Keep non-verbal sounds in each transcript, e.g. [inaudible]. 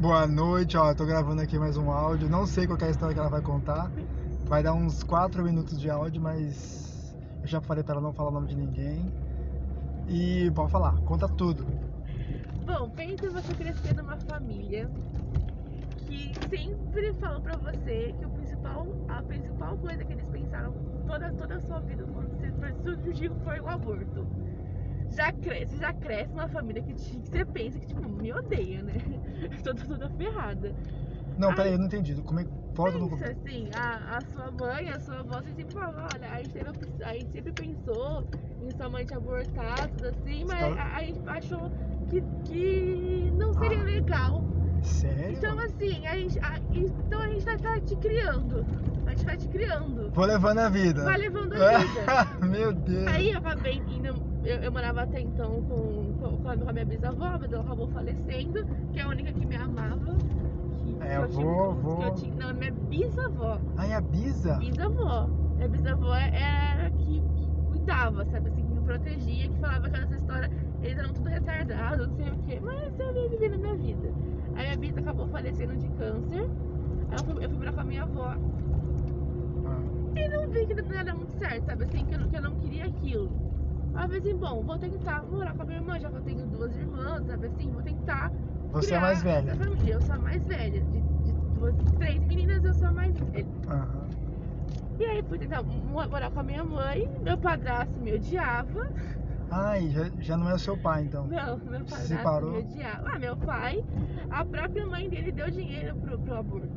Boa noite, ó, tô gravando aqui mais um áudio. Não sei qual que é a história que ela vai contar. Vai dar uns 4 minutos de áudio, mas eu já falei pra ela não falar o nome de ninguém. E pode falar, conta tudo. Bom, pensa você crescer numa família que sempre falou pra você que o principal, a principal coisa que eles pensaram toda, toda a sua vida quando você foi- surgiu foi o aborto. Já cresce, já cresce numa família que, te- que você pensa que, tipo, me odeia, né? [laughs] Tô toda ferrada. Não, Ai. peraí, eu não entendi. Como é que. Volta no Pensa começo. assim, a, a sua mãe, a sua avó, você sempre falava, olha, a gente, teve a opção- a gente sempre pensou em sua mãe te abortar, tudo assim, mas Tá. a, a gente achou que, que não seria legal. Sério? Então assim, a gente, a- então a gente vai tá te criando. A gente vai te criando. Vou levando a vida. Vai levando [laughs] a vida. Meu Deus. Aí eu acabei indo, eu, eu morava até então com, com, com a minha bisavó, mas ela acabou falecendo, que é a única que me amava. Que, É, que eu tinha avó, muitos- que eu avó. tinha- não, minha bisavó. Ai, a Bisa? bisavó. Minha bisavó era a que, que cuidava, sabe? Assim, que me protegia, que falava aquelas histórias, eles eram tudo retardados, não sei o quê, mas eu vim vivendo a minha vida. Aí a Bisa acabou falecendo de câncer. Aí eu fui, eu fui pra com a minha avó. Ah, E não vi que não era muito certo, sabe? Assim, que eu, não- que eu não queria aquilo. Aí eu falei assim, bom, vou tentar morar com a minha irmã, já que eu tenho duas irmãs, sabe assim, vou tentar Você é criar a mais velha. essa família. Eu sou a mais velha. De, de duas, três meninas, eu sou a mais velha. Aham. E aí fui tentar mo- morar com a minha mãe, meu padrasto me odiava. Ai, já, já não é o seu pai então. Não, meu padrasto Separou. me odiava. Ah, meu pai, a própria mãe dele deu dinheiro pro, pro aborto.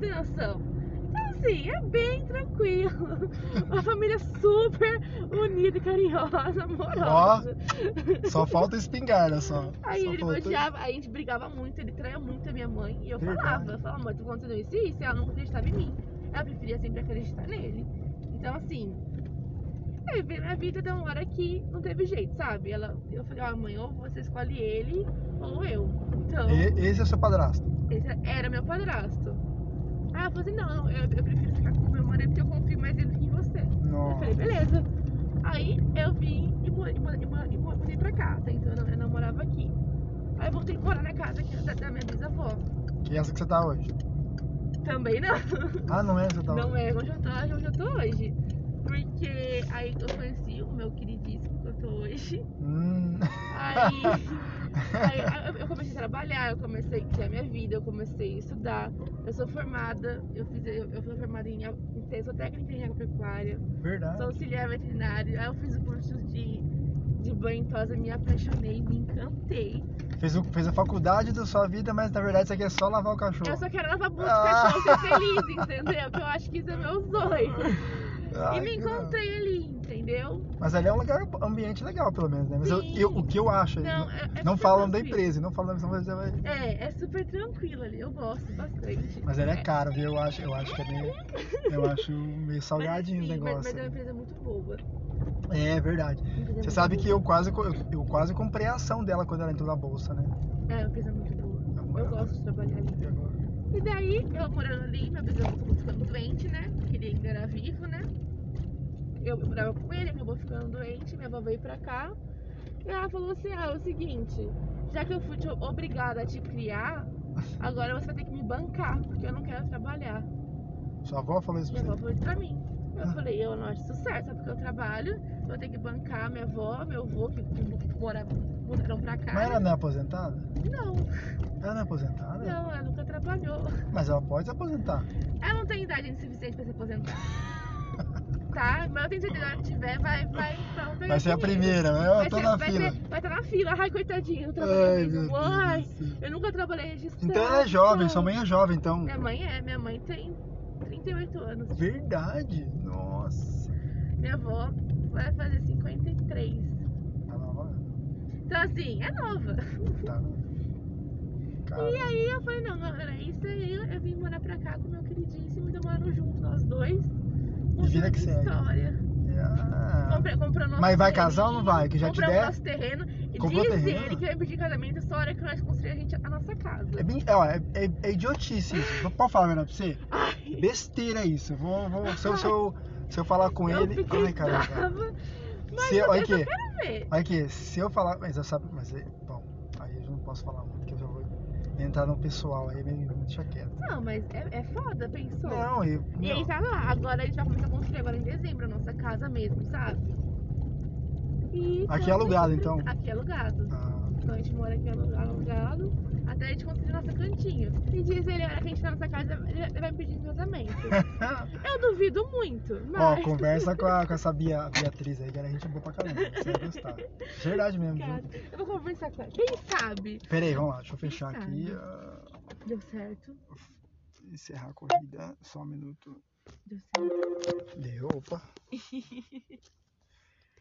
Tem noção? Então assim, é bem tranquilo. [laughs] Uma família super unida, carinhosa, amorosa. Só falta espingarda só. Aí Só ele me falta- odiava, aí a gente brigava muito, ele traía muito a minha mãe. E eu Verdade. falava, eu falava, mãe, tô acontecendo isso e isso, e ela nunca acreditava em mim. Ela preferia sempre acreditar nele. Então assim, aí veio minha vida de uma hora que não teve jeito, sabe? Ela, eu falei, ó, mãe, ou você escolhe ele ou eu. Então, E- esse é o seu padrasto. esse era meu padrasto. Ah, eu falei, não, eu, eu prefiro ficar com meu marido porque eu confio mais nele do que em você. Eu Nossa. falei, beleza. Aí eu vim e mo- e mo- e mo- e mo- mudei pra cá, tá? Então eu não, eu não morava aqui. Aí eu voltei a morar na casa que- da, da minha bisavó. Que é essa que você tá hoje. Também não. Ah, não é essa que você tá Não hoje. é onde eu tô, onde eu tô hoje. Porque aí eu conheci o meu queridíssimo que eu tô hoje. Hum. [laughs] Aí, aí eu- eu comecei a trabalhar, eu comecei a criar minha vida, eu comecei a estudar. Eu sou formada, eu fiz, eu, eu fui formada em, a- em sou técnica em agropecuária. Sou Verdade. auxiliar veterinário. Aí eu fiz o curso de, de banho em tosa, me apaixonei, me encantei. Fez, o- fez a faculdade da sua vida, mas na verdade isso aqui é só lavar o cachorro. Eu só quero lavar bunda Ah. de cachorro e ser feliz, entendeu? Que eu acho que isso é meu sonho. Ai, e me que da- encontrei ali, entendeu? Mas ali é um lugar, ambiente legal, pelo menos, né? Mas eu, Sim. eu- o que eu acho, Não, não, é, é não super falam da tranquilo. empresa, não falam da empresa, mas você vai- É, é super tranquilo ali, eu gosto bastante. Mas ela é cara, viu? Eu acho, eu acho que é meio, eu acho meio salgadinho mas, o assim, mas- negócio. Mas é uma empresa muito boa. É verdade. Uma empresa Você muito sabe boa. que eu quase, co- eu, eu quase comprei a ação dela quando ela entrou na bolsa, né? É uma empresa muito boa. Agora- Eu gosto de trabalhar ali. E daí, eu morando ali, meu bisavô acabou ficando doente, né? Queria ainda era vivo, né? Eu morava com ele, acabou ficando doente, minha avó veio pra cá. E ela falou assim, ah, é o seguinte, já que eu fui te obrigada a te criar, agora você vai ter que me bancar, porque eu não quero trabalhar. Sua avó falou isso pra Minha você? avó falou isso pra mim. Eu falei, eu não acho isso certo, só porque eu trabalho, vou ter que bancar minha avó, meu avô, que morava, mudaram pra cá. Mas ela não é aposentada? Não, Ela não é aposentada? não, ela nunca trabalhou. Mas ela pode se aposentar. Ela não tem idade ainda suficiente pra se aposentar. [laughs] Tá? Mas eu tenho certeza que ela tiver, vai, vai, vai pegar Vai ser a dinheiro. primeira, né? Eu Vai tô ser- na vai fila. ter- vai estar na fila. Ai, coitadinha, eu Ai, trabalhei meu Deus mesmo. Ai, do céu. eu nunca trabalhei registrado. Então ela é jovem, sua mãe é jovem, então. Minha mãe é, minha mãe tem 38 anos. Verdade. Nossa. Minha avó vai fazer 53. Tá nova? Então assim, é nova. Tá E Cara, aí eu falei, não, não, era isso aí, eu vim morar pra cá com meu queridíssimo e demoramos junto, nós dois. vida Contando que segue. história. ah, Compre- comprou nosso Mas vai terreno, casar ou não vai? Que já te comprou der- nosso terreno. E Comprou diz terreno? ele que vai pedir casamento só a hora que nós construir a, gente, a nossa é, casa. bem- é, ó, é, é- é idiotice isso. Posso falar melhor pra você? Ai, Besteira isso. Vou, vou, se, eu, se, eu, se eu falar com eu ele. fiquei Ai, cara. brava. Mas Se- eu, olha eu só aqui. quero ver. Olha aqui, se eu falar. Mas eu sabe. Mas. é- Bom, aí eu não posso falar muito, que eu já vou entrar no pessoal aí, é me, me deixa quieto. Não, mas é, é foda, pensou? Não, e. E aí, [laughs] não. tá lá, agora a gente vai começar a construir agora em dezembro a nossa casa mesmo, sabe? E Aqui é quando- alugado, então? Aqui é alugado. Ah, Então a gente mora aqui alu- alugado até a gente conseguir nosso cantinho. E diz ele, a hora que a gente tá nessa casa, ele vai me pedir em casamento. Eu duvido muito, mas... Ó, conversa [laughs] com, a- com essa Bia, Beatriz aí, que ela é gente boa pra caramba. Você vai gostar. Verdade mesmo, Cara, viu? Eu vou conversar com ela. Quem sabe? Pera aí, vamos lá, deixa eu fechar Quem aqui. sabe? ah, Deu certo, encerrar a corrida, só um minuto. deu certo. Deu, [laughs] opa.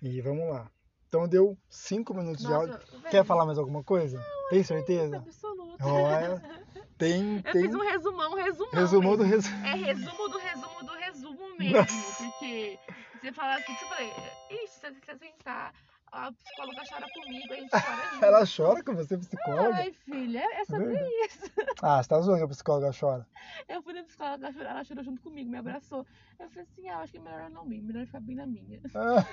E vamos lá. Então deu 5 minutos de áudio. velho, Quer falar mais alguma coisa? Tem certeza? Absoluta. Olha, tem, [laughs] Eu tem. fiz um resumão, resumão. Resumou do mesmo. resumo. É resumo do resumo do resumo mesmo. Porque você fala assim, você fala, ixi, se você sentar, a psicóloga chora comigo, a gente chora [laughs] [laughs] junto. Ela chora com você, psicóloga? Ai, filha, é sobre Verdade. isso. Ah, você tá zoando que a psicóloga chora. [laughs] Eu fui na psicóloga, ela chorou, ela chorou junto comigo, me abraçou. Eu falei assim, ah, eu acho que é melhor eu não vir, melhor eu ficar bem na minha. [laughs] Ah.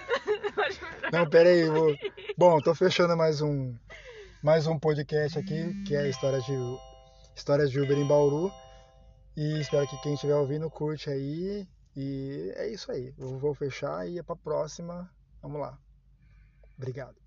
Eu acho melhor- Não, pera aí. Vou... Bom, tô fechando mais um mais um podcast aqui, que é história de história de Uber em Bauru. E espero que quem estiver ouvindo curte aí. E é isso aí. Eu vou fechar e é pra próxima. Vamos lá. Obrigado.